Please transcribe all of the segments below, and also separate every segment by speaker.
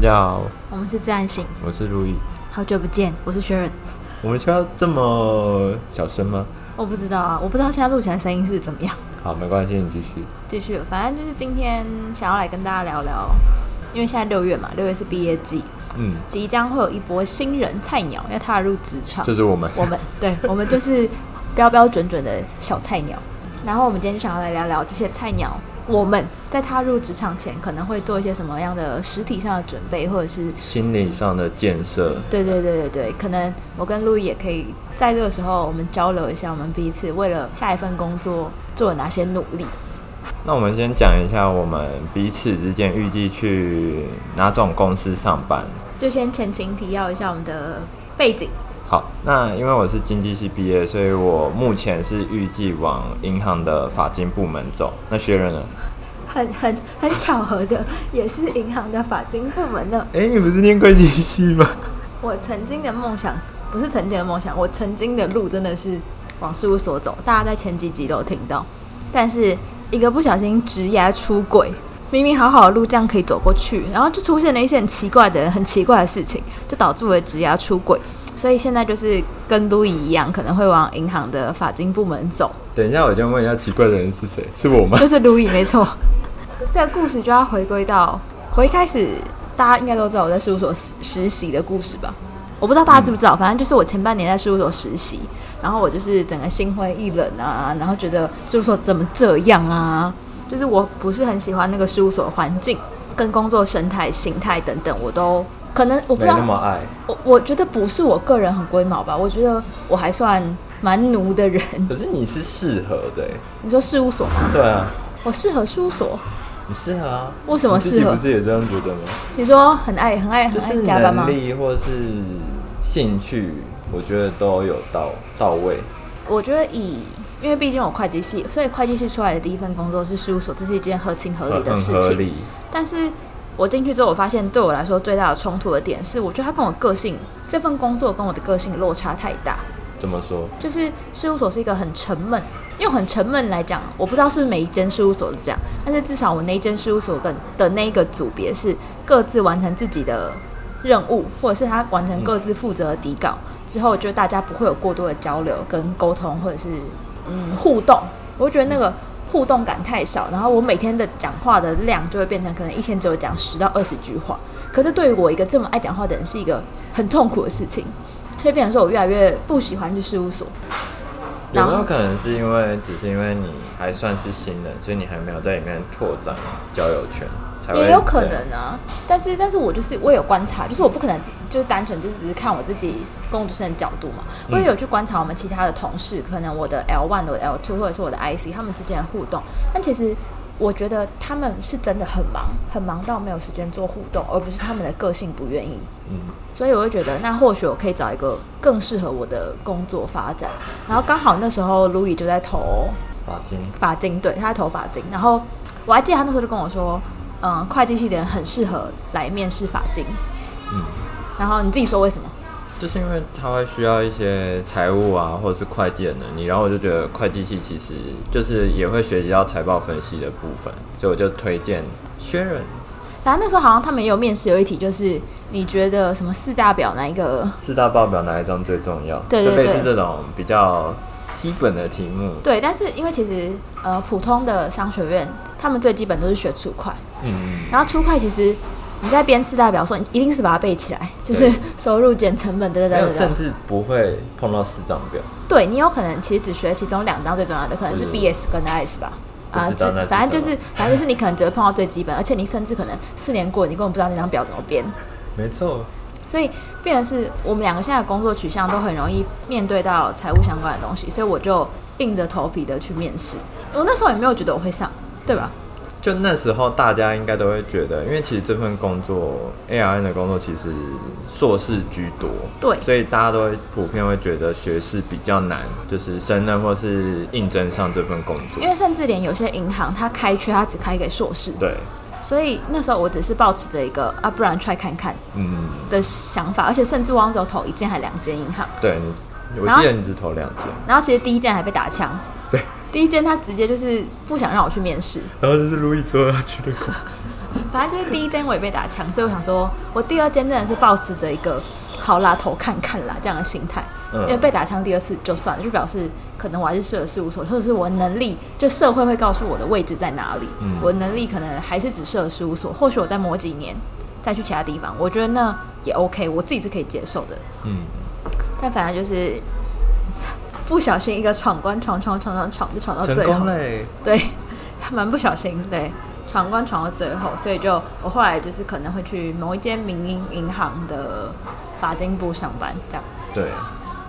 Speaker 1: 家好，
Speaker 2: 我们是自然醒，
Speaker 1: 我是路易。
Speaker 2: 好久不见，我是 Sharon。
Speaker 1: 我们需要这么小声吗？
Speaker 2: 我不知道啊，我不知道现在录起来声音是怎么样。
Speaker 1: 好，没关系，你继续。
Speaker 2: 继续，反正就是今天想要来跟大家聊聊，因为现在六月嘛，六月是毕业季，
Speaker 1: 嗯，
Speaker 2: 即将会有一波新人菜鸟要踏入职场。
Speaker 1: 就是我们。
Speaker 2: 我们对，我们就是 标标准准的小菜鸟。然后我们今天就想要来聊聊这些菜鸟，我们在踏入职场前可能会做一些什么样的实体上的准备，或者是
Speaker 1: 心理上的建设，
Speaker 2: 对对对对对，可能我跟路易也可以在这个时候我们交流一下，我们彼此为了下一份工作做了哪些努力。
Speaker 1: 那我们先讲一下我们彼此之间预计去哪种公司上班。
Speaker 2: 就先前情提要一下我们的背景，
Speaker 1: 好，那因为我是经济系毕业，所以我目前是预计往银行的法金部门走。那学人呢？
Speaker 2: 很很很巧合的，也是银行的法金部门的。
Speaker 1: 哎、你不是念会计系吗？
Speaker 2: 我曾经的梦想是不是曾经的梦想，我曾经的路真的是往事务所走，大家在前几集都有听到。但是一个不小心直牙出轨，明明好好的路这样可以走过去，然后就出现了一些很奇怪的人、很奇怪的事情，就导致我的直牙出轨。所以现在就是跟都一样，可能会往银行的法金部门走，
Speaker 1: 等一下，我先问一下，奇怪的人是谁？是我吗？
Speaker 2: 就是 Louis 没错。这个故事就要回归到回开始，大家应该都知道我在事务所实实习的故事吧？我不知道大家知不知道，反正就是我前半年在事务所实习，然后我就是整个心灰意冷啊，然后觉得事务所怎么这样啊？就是我不是很喜欢那个事务所的环境，跟工作生态、形态等等，我都可能我不
Speaker 1: 没
Speaker 2: 知道
Speaker 1: 那么爱，
Speaker 2: 我我觉得不是我个人很龟毛吧，我觉得我还算蛮奴的人。
Speaker 1: 可是你是适合的、欸。
Speaker 2: 你说事务所吗？
Speaker 1: 对啊，
Speaker 2: 我适合事务所？
Speaker 1: 你适合啊。
Speaker 2: 为什么
Speaker 1: 你自己
Speaker 2: 适合
Speaker 1: 不是也这样觉得吗？
Speaker 2: 你说很爱很爱
Speaker 1: 就
Speaker 2: 很
Speaker 1: 是
Speaker 2: 爱加班吗
Speaker 1: 能？力或是兴趣，我觉得都有到到位。
Speaker 2: 我觉得以，因为毕竟我会计系，所以会计系出来的第一份工作是事务所，这是一件合情合理的
Speaker 1: 很
Speaker 2: 事
Speaker 1: 合
Speaker 2: 情。
Speaker 1: 理，
Speaker 2: 但是我进去之后，我发现对我来说最大的冲突的点是，我觉得它跟我个性这份工作跟我的个性落差太大。
Speaker 1: 怎么说？
Speaker 2: 就是事务所是一个很沉闷，用很沉闷来讲，我不知道是不是每一间事务所都这样，但是至少我那一间事务所跟的那一个组别是各自完成自己的任务，或者是他完成各自负责的底稿、之后，就大家不会有过多的交流跟沟通，或者是嗯互动。我会觉得那个互动感太少，然后我每天的讲话的量就会变成可能一天只有讲十到二十句话，可是对于我一个这么爱讲话的人，是一个很痛苦的事情。所以变成说我越来越不喜欢去事务所。
Speaker 1: 有
Speaker 2: 然
Speaker 1: 没
Speaker 2: 后
Speaker 1: 有可能是因为只是因为你还算是新人，所以你还没有在里面拓展交友圈，才会
Speaker 2: 也有可
Speaker 1: 这样
Speaker 2: 能啊，但是但是我就是我有观察，就是我不可能就是单纯就是只是看我自己工作生的角度嘛，
Speaker 1: 嗯
Speaker 2: 我也有去观察我们其他的同事，可能我的 L one 我的 L two 或者是我的 IC 他们之间的互动，但其实我觉得他们是真的很忙，很忙到没有时间做互动，而不是他们的个性不愿意。
Speaker 1: 嗯，
Speaker 2: 所以我会觉得，那或许我可以找一个更适合我的工作发展。然后刚好那时候 Louis 就在投
Speaker 1: 法金
Speaker 2: 发巾，对，他在投发巾。然后我还记得他那时候就跟我说，嗯，会计系的人很适合来面试发巾。
Speaker 1: 嗯，
Speaker 2: 然后你自己说为什么？
Speaker 1: 就是因为他会需要一些财务啊，或者是会计的能力，然后我就觉得会计系其实就是也会学习到财报分析的部分，所以我就推荐薛仁
Speaker 2: 反正那时候好像他们也有面试，有一题就是你觉得什么四大表哪一个？
Speaker 1: 四大报表哪一张最重要，
Speaker 2: 对对
Speaker 1: 就类
Speaker 2: 对
Speaker 1: 似这种比较基本的题目，
Speaker 2: 对，但是因为其实呃普通的商学院，他们最基本都是学初会，
Speaker 1: 嗯，
Speaker 2: 然后初会其实你在编四大表的时候，你一定是把它背起来，就是
Speaker 1: 对
Speaker 2: 收入减成本等等
Speaker 1: 还有
Speaker 2: 等等
Speaker 1: 甚。至不会碰到四张表，
Speaker 2: 对你有可能其实只学其中两张最重要的，可能是
Speaker 1: 嗯
Speaker 2: BS 跟 IS 吧。啊
Speaker 1: 不知道那是啊
Speaker 2: 反正就
Speaker 1: 什
Speaker 2: 是
Speaker 1: 么，
Speaker 2: 反正就是你可能只会碰到最基本，而且你甚至可能四年过，你根本不知道那张表怎么编。
Speaker 1: 没错，
Speaker 2: 所以，变成是我们两个现在的工作取向都很容易面对到财务相关的东西，所以我就硬着头皮的去面试。我那时候也没有觉得我会上，对吧？
Speaker 1: 就那时候大家应该都会觉得，因为其实这份工作 ARN 的工作其实硕士居多，
Speaker 2: 对
Speaker 1: 所以大家都会普遍会觉得学士比较难，就是胜任或是应征上这份工作
Speaker 2: 因，为甚至连有些银行它开缺，它只开给硕士，
Speaker 1: 对，
Speaker 2: 所以那时候我只是抱持着一个啊，不然 try 看看
Speaker 1: 嗯，
Speaker 2: 的想法，而且甚至我好像只有投一间还两间银行。
Speaker 1: 对你，我
Speaker 2: 然后
Speaker 1: 记得你只投两件，
Speaker 2: 然后其实第一件还被打枪，
Speaker 1: 对，
Speaker 2: 第一间他直接就是不想让我去面试，
Speaker 1: 然后就是路易之后要去的公司，
Speaker 2: 反正就是第一间我也被打枪，所以我想说，我第二间真的是保持着一个好啦，头看看啦这样的心态，
Speaker 1: 嗯
Speaker 2: 因为被打枪第二次就算了，就表示可能我还是适合事务所，或者是我能力，就社会会告诉我的位置在哪里，
Speaker 1: 嗯
Speaker 2: 我能力可能还是只适合事务所，或许我再磨几年再去其他地方，我觉得那也 OK，我自己是可以接受的，
Speaker 1: 嗯，
Speaker 2: 但反正就是。 不小心一个闯关闯闯闯闯闯，就闯到
Speaker 1: 成
Speaker 2: 哦最后
Speaker 1: 功，嘞，
Speaker 2: 对，还蛮不小心，对，闯关闯到最后，所以就我后来就是可能会去某一间民营银行的法金部上班，这样。
Speaker 1: 对，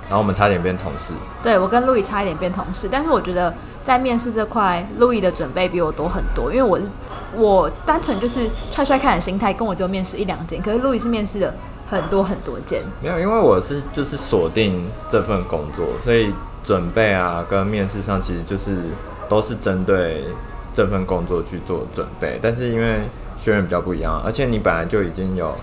Speaker 1: 然后我们差点变同事，
Speaker 2: 对我跟路易差一点变同事，但是我觉得在面试这块，路易的准备比我多很多，因为我是我单纯就是踹踹看的心态，跟我只有面试一两间，可是路易是面试了很多很多间，
Speaker 1: 没有，因为我是就是锁定这份工作，所以准备啊跟面试上其实就是都是针对这份工作去做准备。但是因为学员比较不一样，而且你本来就已经有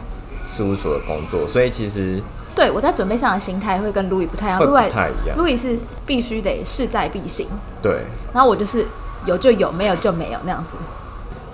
Speaker 1: 事务所的工作，所以其实
Speaker 2: 对我在准备上的心态会跟路易不太一样，
Speaker 1: 会不
Speaker 2: 路易
Speaker 1: 太一样
Speaker 2: 路易是必须得势在必行，
Speaker 1: 对，
Speaker 2: 然后我就是有就有，没有就没有那样子。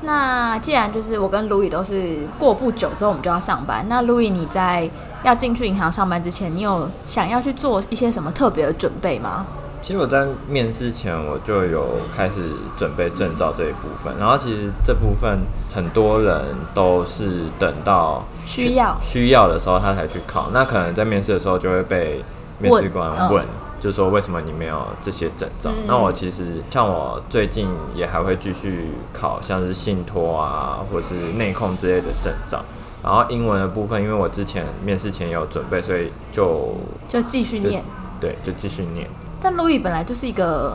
Speaker 2: 那既然就是我跟路易都是过不久之后我们就要上班，那路易你在要进去银行上班之前，你有想要去做一些什么特别的准备吗？
Speaker 1: 其实我在面试前我就有开始准备证照这一部分，然后其实这部分很多人都是等到
Speaker 2: 需要
Speaker 1: 需要的时候他才去考，那可能在面试的时候就会被面试官
Speaker 2: 问嗯
Speaker 1: 问，就说为什么你没有这些证照？
Speaker 2: 嗯
Speaker 1: 那我其实像我最近也还会继续考，像是信托啊或是内控之类的证照。然后英文的部分，因为我之前面试前也有准备，所以就
Speaker 2: 就继续
Speaker 1: 就
Speaker 2: 念。
Speaker 1: 对就继续念。
Speaker 2: 但路易本来就是一个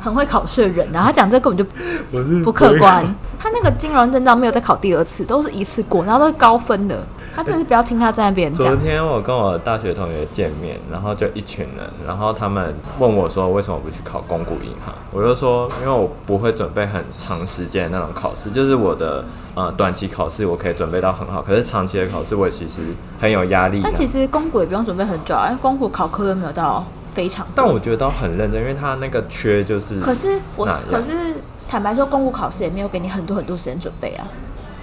Speaker 2: 很会考试的人啊，他讲这根本就
Speaker 1: 我是
Speaker 2: 不客 观。他那个金融证照没有再考第二次，都是一次过，然后都是高分的。他真的是不要听他在那 边
Speaker 1: 昨
Speaker 2: 讲。
Speaker 1: 天我跟我大学同学见面，然后就一群人，然后他们问我说为什么不去考公股银行，我就说因为我不会准备很长时间的那种考试，就是我的呃短期考试我可以准备到很好，可是长期的考试我其实很有压力、啊。
Speaker 2: 但其实公股也不用准备很久啊，因为公股考科又没有到非常多
Speaker 1: 但我觉得都很认真，因为他那个缺就是，
Speaker 2: 可是我
Speaker 1: 哪嗯样
Speaker 2: 可是坦白说，公务考试也没有给你很多很多时间准备啊。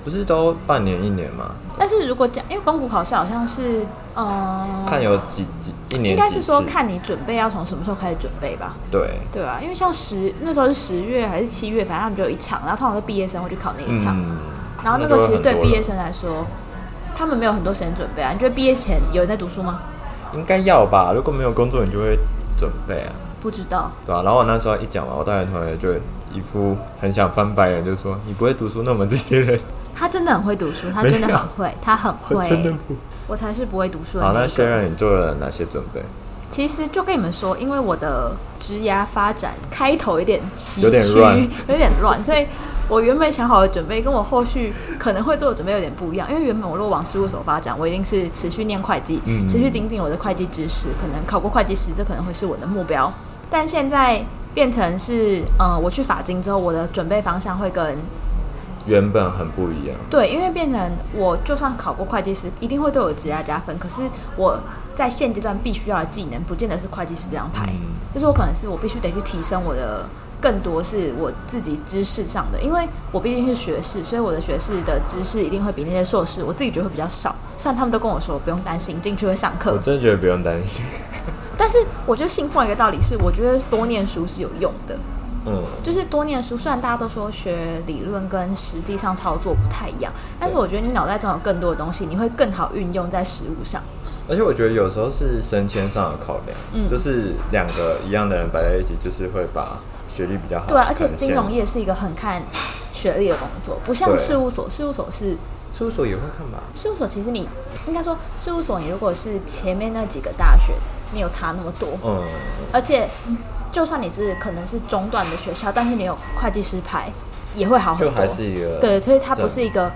Speaker 1: 不是都半年一年吗？
Speaker 2: 但是如果讲，因为公务考试好像是，嗯，
Speaker 1: 看有几几一年
Speaker 2: 应该是
Speaker 1: 几
Speaker 2: 说
Speaker 1: 次
Speaker 2: 看你准备要从什么时候开始准备吧，
Speaker 1: 对，
Speaker 2: 对啊，因为像十那时候是十月还是七月，反正他们就有一场，然后通常是毕业生会去考那一场，
Speaker 1: 嗯，
Speaker 2: 然后那
Speaker 1: 就会
Speaker 2: 个其实
Speaker 1: 很
Speaker 2: 对
Speaker 1: 多
Speaker 2: 毕业
Speaker 1: 人
Speaker 2: 生来说，他们没有很多时间准备啊。你觉得毕业前有人在读书吗？
Speaker 1: 应该要吧，如果没有工作你就会准备啊。
Speaker 2: 不知道，
Speaker 1: 对啊，然后我那时候一讲完，我大学同学就一副很想翻白眼，就说你不会读书，那我们这些人
Speaker 2: 他真的很会读书，他真的
Speaker 1: 没有
Speaker 2: 很会，他很
Speaker 1: 我 真的
Speaker 2: 会，
Speaker 1: 不。
Speaker 2: 我才是不会读书的
Speaker 1: 好，
Speaker 2: 那
Speaker 1: 那
Speaker 2: 一
Speaker 1: 轩
Speaker 2: 个。
Speaker 1: 然你做了哪些准备？
Speaker 2: 其实就跟你们说，因为我的职涯发展开头有点崎岖，
Speaker 1: 有点乱
Speaker 2: 有点乱，所以我原本想好的准备跟我后续可能会做的准备有点不一样。因为原本我如果往事务所发展，我一定是持续念会计，
Speaker 1: 嗯
Speaker 2: 持续精进我的会计知识，可能考过会计师，这可能会是我的目标。但现在变成是，呃，我去法经之后，我的准备方向会跟
Speaker 1: 原本很不一样，
Speaker 2: 对，因为变成我就算考过会计师，一定会对我职业加分。可是我在现阶段必须要的技能，不见得是会计师这张牌，
Speaker 1: 嗯
Speaker 2: 就是我可能是我必须得去提升我的更多是我自己知识上的，因为我毕竟是学士，所以我的学士的知识一定会比那些硕士，我自己觉得会比较少。虽然他们都跟我说不用担心，进去会上课
Speaker 1: 我，真的觉得不用担心。
Speaker 2: 但是我觉得信奉一个道理是，我觉得多念书是有用的。
Speaker 1: 嗯，
Speaker 2: 就是多念书，虽然大家都说学理论跟实际上操作不太一样，但是我觉得你脑袋中有更多的东西，你会更好运用在实物上。
Speaker 1: 而且我觉得有时候是升迁上的考量，
Speaker 2: 嗯
Speaker 1: 就是两个一样的人摆在一起，就是会把学历比较好的
Speaker 2: 对啊，而且
Speaker 1: 呈现
Speaker 2: 金融业是一个很看学历的工作，不像
Speaker 1: 对
Speaker 2: 事务所，事务所是
Speaker 1: 事务所也会看吧？
Speaker 2: 事务所，其实你应该说事务所，你如果是前面那几个大学没有差那么多，
Speaker 1: 嗯，
Speaker 2: 而且就算你是可能是中段的学校，但是你有会计师牌，也会好很
Speaker 1: 就
Speaker 2: 多。
Speaker 1: 还是一个
Speaker 2: 对，所以它
Speaker 1: 这样
Speaker 2: 不是一个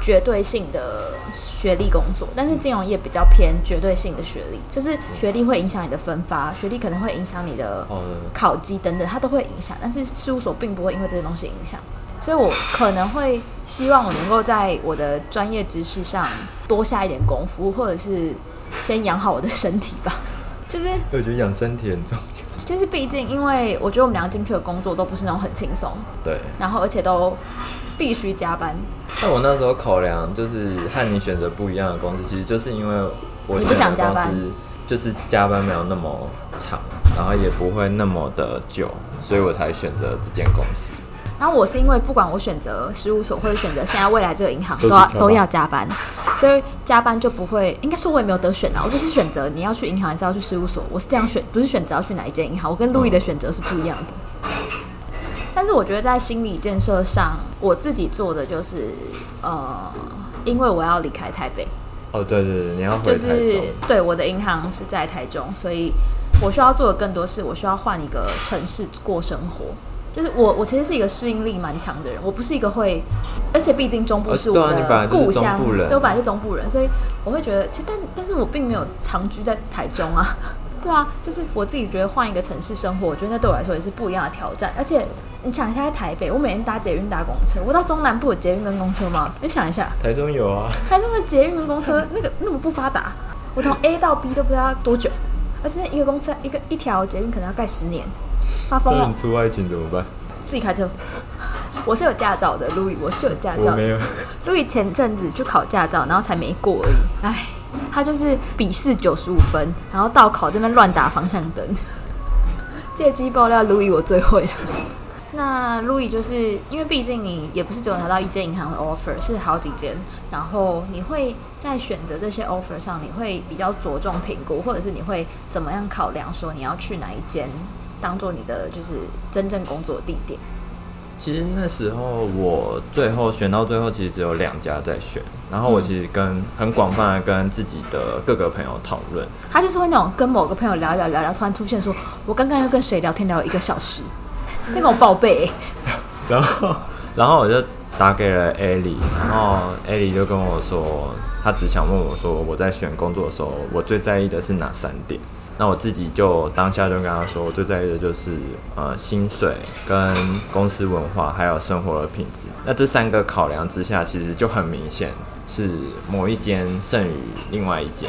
Speaker 2: 绝对性的学历工作，但是金融业比较偏绝对性的学历，就是学历会影响你的分发，学历可能会影响你的
Speaker 1: 哦，
Speaker 2: 考绩等等，它都会影响。但是事务所并不会因为这些东西影响，所以我可能会希望我能够在我的专业知识上多下一点功夫，或者是先养好我的身体吧。 就是
Speaker 1: 我觉得养身体很重要。
Speaker 2: 就是，毕竟因为我觉得我们两个进去的工作都不是那种很轻松，
Speaker 1: 对，
Speaker 2: 然后而且都必须加班。
Speaker 1: 但我那时候考量就是和你选择不一样的公司，其实就是因为我
Speaker 2: 你
Speaker 1: 选
Speaker 2: 不想
Speaker 1: 的
Speaker 2: 加
Speaker 1: 公
Speaker 2: 班
Speaker 1: 司就是加班没有那么长，然后也不会那么的久，所以我才选择这间公司。
Speaker 2: 然后我是因为不管我选择事务所或者选择现在未来这个银行，
Speaker 1: 都
Speaker 2: 都
Speaker 1: 是
Speaker 2: 要
Speaker 1: 加班
Speaker 2: 都要加班，所以加班就不会，应该说我也没有得选啊，我就是选择你要去银行还是要去事务所，我是这样选，不是选择要去哪一间银行，我跟路易的选择是不一样的。但是我觉得在心理建设上，我自己做的就是，呃，因为我要离开台北，
Speaker 1: 哦，对对对，你要回
Speaker 2: 就
Speaker 1: 台中，
Speaker 2: 是对我的银行是在台中，所以我需要做的更多是，我需要换一个城市过生活。就是我，我其实是一个适应力蛮强的人，我不是一个会，而且毕竟中部
Speaker 1: 呃
Speaker 2: 是
Speaker 1: 对
Speaker 2: 我
Speaker 1: 啊你本来
Speaker 2: 的
Speaker 1: 就是
Speaker 2: 故乡，
Speaker 1: 中部人
Speaker 2: 对我本来就中部人，所以我会觉得，其实但但是我并没有长居在台中啊， 对啊，就是我自己觉得换一个城市生活，我觉得那对我来说也是不一样的挑战。而且你想一下，在台北，我每天搭捷运搭公车，我到中南部有捷运跟公车吗？你想一下，
Speaker 1: 台中有啊，
Speaker 2: 还那么捷运跟公车那个那么不发达，我从 A 到 B 都不知道要多久，而且那一个公车一个一条捷运可能要盖十年，发疯
Speaker 1: 那
Speaker 2: 了啊
Speaker 1: 你，出外勤怎么办？
Speaker 2: 自己开车。我是有驾照的，路易，我是有驾
Speaker 1: 我
Speaker 2: 照
Speaker 1: 没
Speaker 2: 的。
Speaker 1: 有，
Speaker 2: 路易前阵子去考驾照，然后才没过而已。唉，他就是笔试九十五分，然后到考这边乱打方向灯。借机爆料，路易我最会了。那路易就是因为毕竟你也不是只有拿到一间银行的 offer，是好几间，然后你会在选择这些 offer 上，你会比较着重评估，或者是你会怎么样考量说你要去哪一间，当做你的就是真正工作地点。
Speaker 1: 其实那时候我最后选到最后，其实只有两家在选。然后我
Speaker 2: 嗯
Speaker 1: 其实跟很广泛的跟自己的各个朋友讨论，
Speaker 2: 他就是会那种跟某个朋友聊一聊聊一聊，突然出现说，我刚刚要跟谁聊天聊了一个小时，在跟我报备、欸
Speaker 1: 然后然后我就打给了艾 l 然后艾 l 就跟我说，他只想问我说，我在选工作的时候，我最在意的是哪三点？那我自己就当下就跟他说，我最在意的就是呃薪水、跟公司文化，还有生活的品质。那这三个考量之下，其实就很明显是某一间胜于另外一间。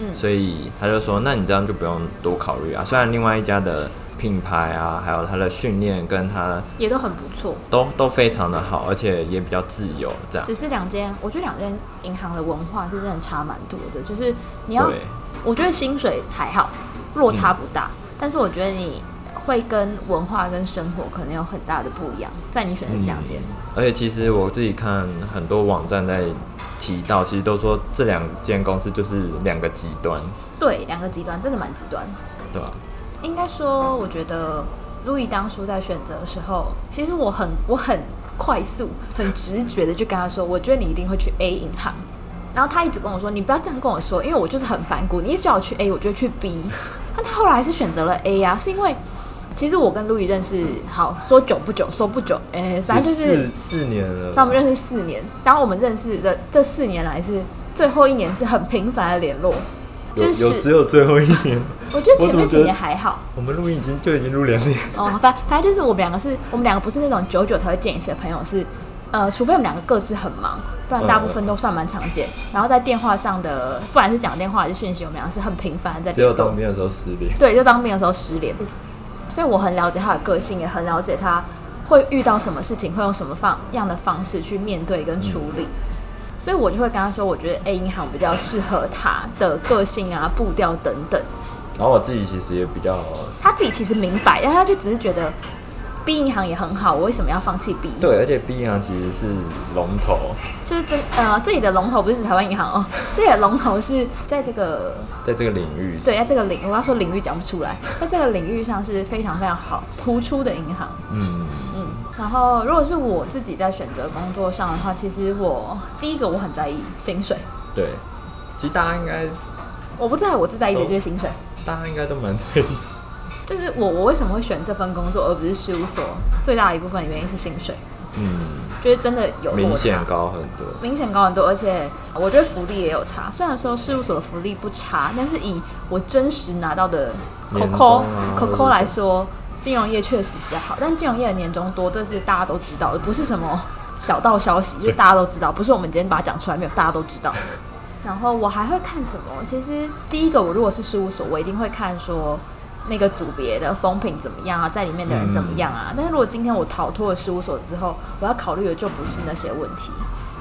Speaker 2: 嗯
Speaker 1: 所以他就说，那你这样就不用多考虑啊。虽然另外一家的品牌啊，还有他的训练跟他
Speaker 2: 也都很不错。
Speaker 1: 都都非常的好，而且也比较自由，这样
Speaker 2: 只是两间，我觉得两间银行的文化是真的差蛮多的。就是你要，
Speaker 1: 对，
Speaker 2: 我觉得薪水还好，落差不大，但是我觉得你会跟文化跟生活可能有很大的不一样，在你选择这两间。
Speaker 1: 嗯而且其实我自己看很多网站在提到，其实都说这两间公司就是两个极端，
Speaker 2: 对，两个极端真的蛮极端。
Speaker 1: 对吧、
Speaker 2: 应该说，我觉得路易当初在选择的时候，其实我很我很快速、很直觉的就跟他说，我觉得你一定会去 A 银行。然后他一直跟我说，你不要这样跟我说，因为我就是很反骨，你一直叫我去 A，我就去 B。但他后来还是选择了 A 啊，是因为其实我跟路易认识，好说久不久，说不久，哎，反正就是
Speaker 1: 四年了
Speaker 2: 那我们认识四年，然后我们认识的这四年来是最后一年是很频繁的联络，就是十
Speaker 1: 有最后一年，
Speaker 2: 我觉得
Speaker 1: 我怎
Speaker 2: 前
Speaker 1: 么
Speaker 2: 面几
Speaker 1: 觉得
Speaker 2: 年还好，
Speaker 1: 我们录音已经就已经录两年，
Speaker 2: 哦，反反正就是我们两个是，我们两个不是那种久久才会见一次的朋友，是，呃，除非我们两个各自很忙，不然大部分都算蛮常见。然后在电话上的，不管是讲电话还是讯息，我们两个是很频繁地在联络
Speaker 1: 的时候失联。
Speaker 2: 对，就当兵的时候失联，所以我很了解他的个性，也很了解他会遇到什么事情，会用什么方样的方式去面对跟处理。所以我就会跟他说，我觉得 A 银行比较适合他的个性啊、步调等等。
Speaker 1: 然后我自己其实也比较，
Speaker 2: 他自己其实明白，但他就只是觉得 B 银行也很好，我为什么要放弃 B？，
Speaker 1: 对，而且 B 银行其实是龙头，
Speaker 2: 就是这呃，这里的龙头不是指台湾银行哦， 这里的龙头是在这个
Speaker 1: 在这个领域，
Speaker 2: 对，在这个领我要说领域讲不出来，在这个领域上是非常非常好突出的银行。
Speaker 1: 嗯，
Speaker 2: 嗯，然后如果是我自己在选择工作上的话，其实我第一个我很在意薪水，
Speaker 1: 对，其实大家应该
Speaker 2: 我不在乎，我最在意的就是薪水。
Speaker 1: 大家应该都蛮在意
Speaker 2: 就是我，我为什么会选这份工作，而不是事务所？最大的一部分原因是薪水，
Speaker 1: 嗯，
Speaker 2: 就是真的有落差
Speaker 1: 明显高很多。
Speaker 2: 明显高很多，而且我觉得福利也有差。虽然说事务所的福利不差，但是以我真实拿到的
Speaker 1: 年
Speaker 2: COCO、
Speaker 1: 终啊或者是
Speaker 2: COCO 来说，金融业确实比较好。但金融业的年终多，这是大家都知道的，不是什么小道消息，就是大家都知道，不是我们今天把它讲出来，没有大家都知道。然后我还会看什么？其实第一个，我如果是事务所，我一定会看说那个组别的风评怎么样啊，在里面的人怎么样啊。但是如果今天我逃脱了事务所之后，我要考虑的就不是那些问题。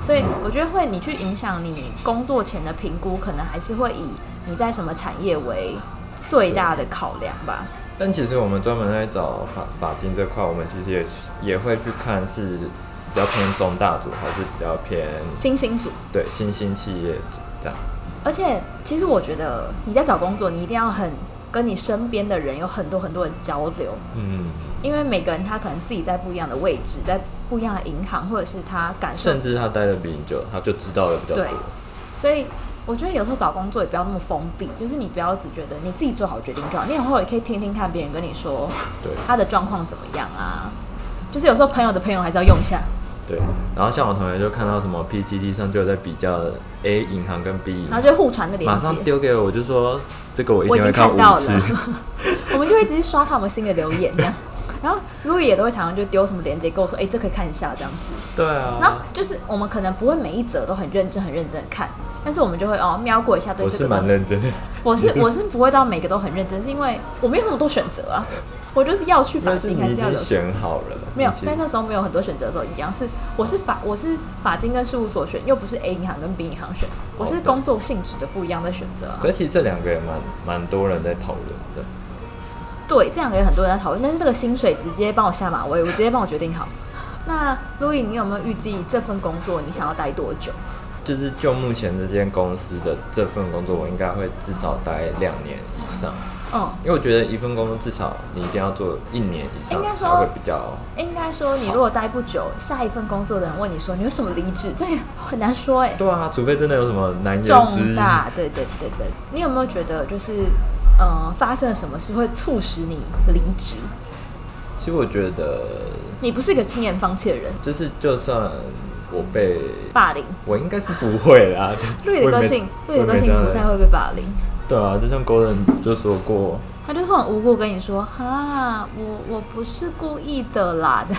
Speaker 2: 所以我觉得会，你去影响你工作前的评估，可能还是会以你在什么产业为最大的考量吧。
Speaker 1: 但其实我们专门在找法法金这块，我们其实也也会去看是比较偏中大组还是比较偏
Speaker 2: 新兴组，
Speaker 1: 对新兴企业组这样。
Speaker 2: 而且其实我觉得你在找工作，你一定要很跟你身边的人有很多很多的交流，
Speaker 1: 嗯，
Speaker 2: 因为每个人他可能自己在不一样的位置，在不一样的银行，或者是他感受
Speaker 1: 甚至他待的比你久，他就知道的比较多
Speaker 2: 对。所以我觉得有时候找工作也不要那么封闭，就是你不要只觉得你自己做好决定就好，你有时候也可以听听看别人跟你说
Speaker 1: 对
Speaker 2: 他的状况怎么样啊。就是有时候朋友的朋友还是要用一下，
Speaker 1: 对，然后像我同学就看到什么 PTT 上就有在比较 A 银行跟 B 银行
Speaker 2: 然后，就互传的连
Speaker 1: 马上
Speaker 2: 接。
Speaker 1: 丢给我，我就说这个我一
Speaker 2: 我已
Speaker 1: 定
Speaker 2: 经
Speaker 1: 会
Speaker 2: 看到
Speaker 1: 五
Speaker 2: 了
Speaker 1: 次。，
Speaker 2: 我们就会直接刷他们新的留言这样。 然后路易也都会常常就丢什么链接跟我说，哎、这可以看一下这样子。
Speaker 1: 对
Speaker 2: 然后
Speaker 1: 啊，
Speaker 2: 就是我们可能不会每一则都很认真、很认真地看，但是我们就会哦瞄过一下对
Speaker 1: 我
Speaker 2: 这
Speaker 1: 是
Speaker 2: 个
Speaker 1: 蛮
Speaker 2: 东西。
Speaker 1: 认真的。
Speaker 2: 我是我是不会到每个都很认真，是因为我没有那么多选择啊，我就是要去法
Speaker 1: 但是
Speaker 2: 金
Speaker 1: 你
Speaker 2: 还
Speaker 1: 已
Speaker 2: 是要
Speaker 1: 经
Speaker 2: 留学。
Speaker 1: 选好了，
Speaker 2: 没有
Speaker 1: 你其，实
Speaker 2: 在那时候没有很多选择的时候，一样是我是法我是法金跟事务所选，又不是 A 银行跟 B 银行选，我是
Speaker 1: 哦对
Speaker 2: 工作性质的不一样的选择、啊。
Speaker 1: 可是其实这两个也蛮蛮多人在讨论的。
Speaker 2: 对，这两个也很多人在讨论，但是这个薪水直接帮我下马威，我直接帮我决定好。那路易，你有没有预计这份工作你想要待多久？
Speaker 1: 就是就目前这间公司的这份工作，我应该会至少待两年以上，
Speaker 2: 嗯，
Speaker 1: 因为我觉得一份工作至少你一定要做一年以上
Speaker 2: 应该，说
Speaker 1: 才会比较。
Speaker 2: 应该说，你如果待不久，下一份工作的人问你说你为什么离职，这也很难说哎、
Speaker 1: 对啊，除非真的有什么难言之
Speaker 2: 重
Speaker 1: 隐。
Speaker 2: 大，对对对对。你有没有觉得就是，呃，发生了什么事会促使你离职？
Speaker 1: 其实我觉得，
Speaker 2: 你不是一个轻言放弃的人，
Speaker 1: 就是就算我被，
Speaker 2: 霸凌。
Speaker 1: 我应该是不会啦。
Speaker 2: 瑞的
Speaker 1: 我也
Speaker 2: 个
Speaker 1: 没
Speaker 2: 性，
Speaker 1: 我
Speaker 2: 瑞
Speaker 1: 也
Speaker 2: 的
Speaker 1: 没
Speaker 2: 个
Speaker 1: 这
Speaker 2: 性
Speaker 1: 样
Speaker 2: 不太
Speaker 1: 的
Speaker 2: 会被霸凌，
Speaker 1: 对啊，就像 Golden 就说过，
Speaker 2: 他就是很无辜跟你说，哈，我我不是故意的啦 的。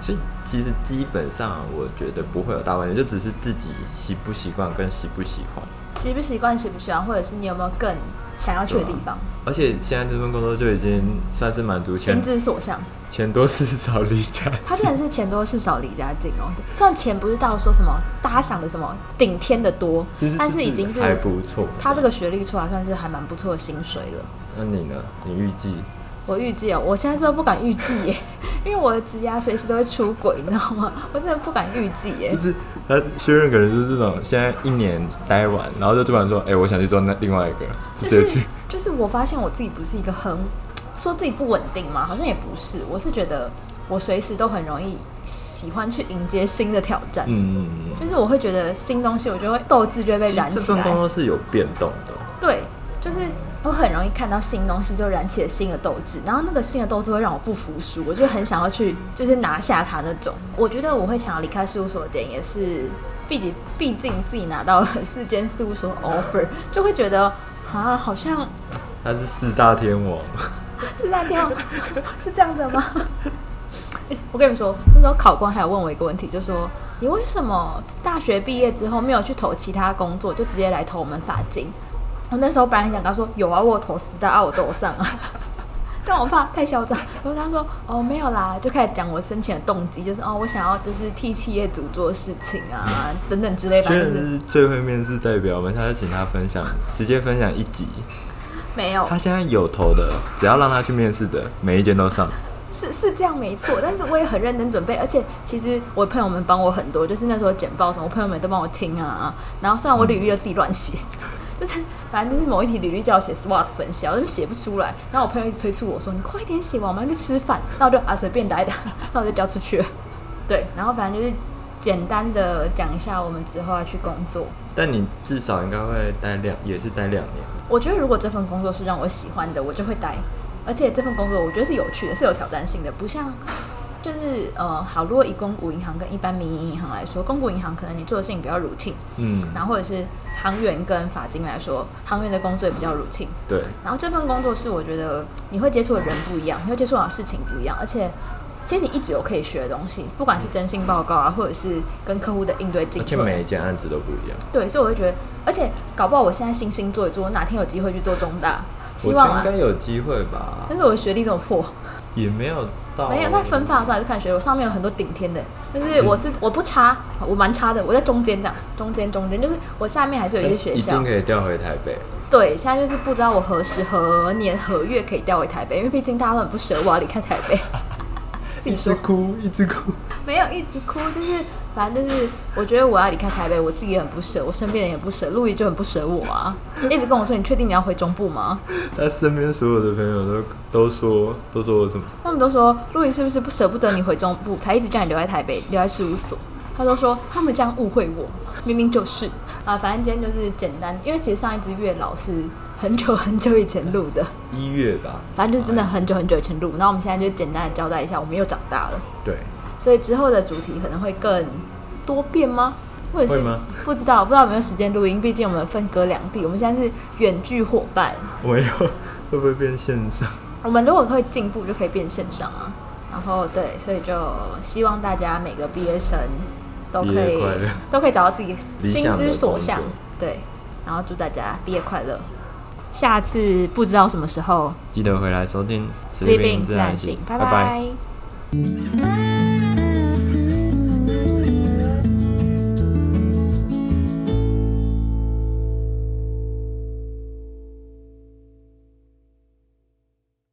Speaker 1: 所以其实基本上我觉得不会有大问题，就只是自己习不习惯跟喜不喜欢。
Speaker 2: 习不习惯，喜不喜欢，或者是你有没有更想要去的地方，
Speaker 1: 而且现在这份工作就已经算是满足前
Speaker 2: 心之所向。
Speaker 1: 钱多事少离 家
Speaker 2: 他真的是钱多事少离家近哦，虽然钱不是到说什么大家想的什么顶天的多，
Speaker 1: 近，
Speaker 2: 但是已经
Speaker 1: 还
Speaker 2: 是
Speaker 1: 不错。
Speaker 2: 他这个学历出来算是还蛮不错的薪水了。
Speaker 1: 那你呢？你预计
Speaker 2: 我预计哦，我现在都不敢预计耶， 因为我的职涯随时都会出轨，你知道吗？ 我真的不敢预计耶
Speaker 1: 就。是他薛润可能就是这种，现在一年待完，然后就突然说，哎、我想去做那另外一个，
Speaker 2: 就
Speaker 1: 直接
Speaker 2: 是
Speaker 1: 去。
Speaker 2: 就是我发现我自己不是一个很说自己不稳定嘛，好像也不是，我是觉得我随时都很容易喜欢去迎接新的挑战。
Speaker 1: 嗯嗯嗯。
Speaker 2: 就是我会觉得新东西，我就会斗志就会被
Speaker 1: 其实
Speaker 2: 燃
Speaker 1: 这
Speaker 2: 起
Speaker 1: 份工
Speaker 2: 来。
Speaker 1: 作是有变动 的，
Speaker 2: 对，就是我很容易看到新东西就燃起了新的斗志，然后那个新的斗志会让我不服输，我就很想要去就是拿下它那种。我觉得我会想要离开事务所的点也是，毕竟毕竟自己拿到了四间事务所的 offer，就会觉得啊，好像
Speaker 1: 他是四大天王，
Speaker 2: 是在 跳，是这样子吗？我跟你们说，那时候考官还有问我一个问题，就说你为什么大学毕业之后没有去投其他工作，就直接来投我们法经？我那时候本来想跟他说有啊，我有投四大啊，我都有上啊， 但我怕太嚣张，我就跟他说哦没有啦，就开始讲我申请的动机，就是哦我想要就是替企业主做事情啊等等之类，反
Speaker 1: 薛
Speaker 2: 正
Speaker 1: 润
Speaker 2: 就是
Speaker 1: 是最会面试代表，我们下次请他分享，直接分享一集。
Speaker 2: 没有
Speaker 1: 他现在有投的，只要让他去面试的，每一间都上。
Speaker 2: 是是这样没错，但是我也很认真准备，而且其实我朋友们帮我很多，就是那时候简报什么，我朋友们都帮我听啊啊。然后虽然我履历又自己乱写，就是反正就是某一题履历叫我写 SWOT 分析啊，我就写不出来。然后我朋友一直催促我说：“你快点写完，我们要去吃饭。”那我就啊随便打一打，那我就交出去了。对，然后反正就是简单的讲一下我们之后要去工作。
Speaker 1: 但你至少应该会待两，也是待两年。
Speaker 2: 我觉得如果这份工作是让我喜欢的，我就会待。而且这份工作我觉得是有趣的，是有挑战性的，不像就是呃，好，如果以公股银行跟一般民营银行来说，公股银行可能你做的事情比较 routine，
Speaker 1: 嗯，
Speaker 2: 然后或者是行员跟法金来说，行员的工作也比较 routine。
Speaker 1: 对，
Speaker 2: 然后这份工作是我觉得你会接触的人不一样，你会接触到的事情不一样，而且其实你一直有可以学的东西，不管是征信报告啊，或者是跟客户的应对进
Speaker 1: 而且
Speaker 2: 退，
Speaker 1: 每一件案子都不一样。
Speaker 2: 对，所以我会觉得，而且搞不好我现在星星做一做，我哪天有机会去做中大，希
Speaker 1: 我
Speaker 2: 望
Speaker 1: 觉得
Speaker 2: 啊
Speaker 1: 应。该有机会吧，
Speaker 2: 但是我的学历这么破，
Speaker 1: 也没有到
Speaker 2: 没有，那分发的时候还是看学历。我上面有很多顶天的，就是我
Speaker 1: 嗯
Speaker 2: 是我不差，我蛮差的，我在中间这样，中间中间，就是我下面还是有一些学
Speaker 1: 哎一
Speaker 2: 校
Speaker 1: 定。可以调回台北。
Speaker 2: 对，现在就是不知道我何时何年何月可以调回台北，因为毕竟大家都很不舍我要离开台北。 自己说
Speaker 1: 哭，一直哭。
Speaker 2: 没有一直哭，就是反正就是，我觉得我要离开台北，我自己也很不舍，我身边人也不舍，陆毅就很不舍我啊，一直跟我说你确定你要回中部吗？
Speaker 1: 他身边所有的朋友都都说都说我什么？
Speaker 2: 他们都说陆毅是不是不舍不得你回中部，才一直叫你留在台北，留在事务所？他都说他们这样误会我，明明就是啊，反正今天就是简单，因为其实上一支月老是很久很久以前录的，
Speaker 1: 一月吧，
Speaker 2: 反正就是真的很久很久以前录，然后我们现在就简单的交代一下，我们又长大了。
Speaker 1: 对，
Speaker 2: 所以之后的主题可能会更多变吗？或者是
Speaker 1: 会吗
Speaker 2: 不知道，不知道有没有时间录音？毕竟我们分隔两地，我们现在是远距伙伴。
Speaker 1: 我要会不会变线上？
Speaker 2: 我们如果会进步，就可以变线上啊。然后对，所以就希望大家每个毕业生都可
Speaker 1: 毕
Speaker 2: 以
Speaker 1: 业快乐
Speaker 2: 都可以找到自己
Speaker 1: 理想
Speaker 2: 心
Speaker 1: 的
Speaker 2: 之所
Speaker 1: 工
Speaker 2: 向
Speaker 1: 作。
Speaker 2: 对，然后祝大家毕业快乐。下次不知道什么时候，
Speaker 1: 记得回来收听《
Speaker 2: 疾病自然醒，拜
Speaker 1: 拜拜
Speaker 2: 拜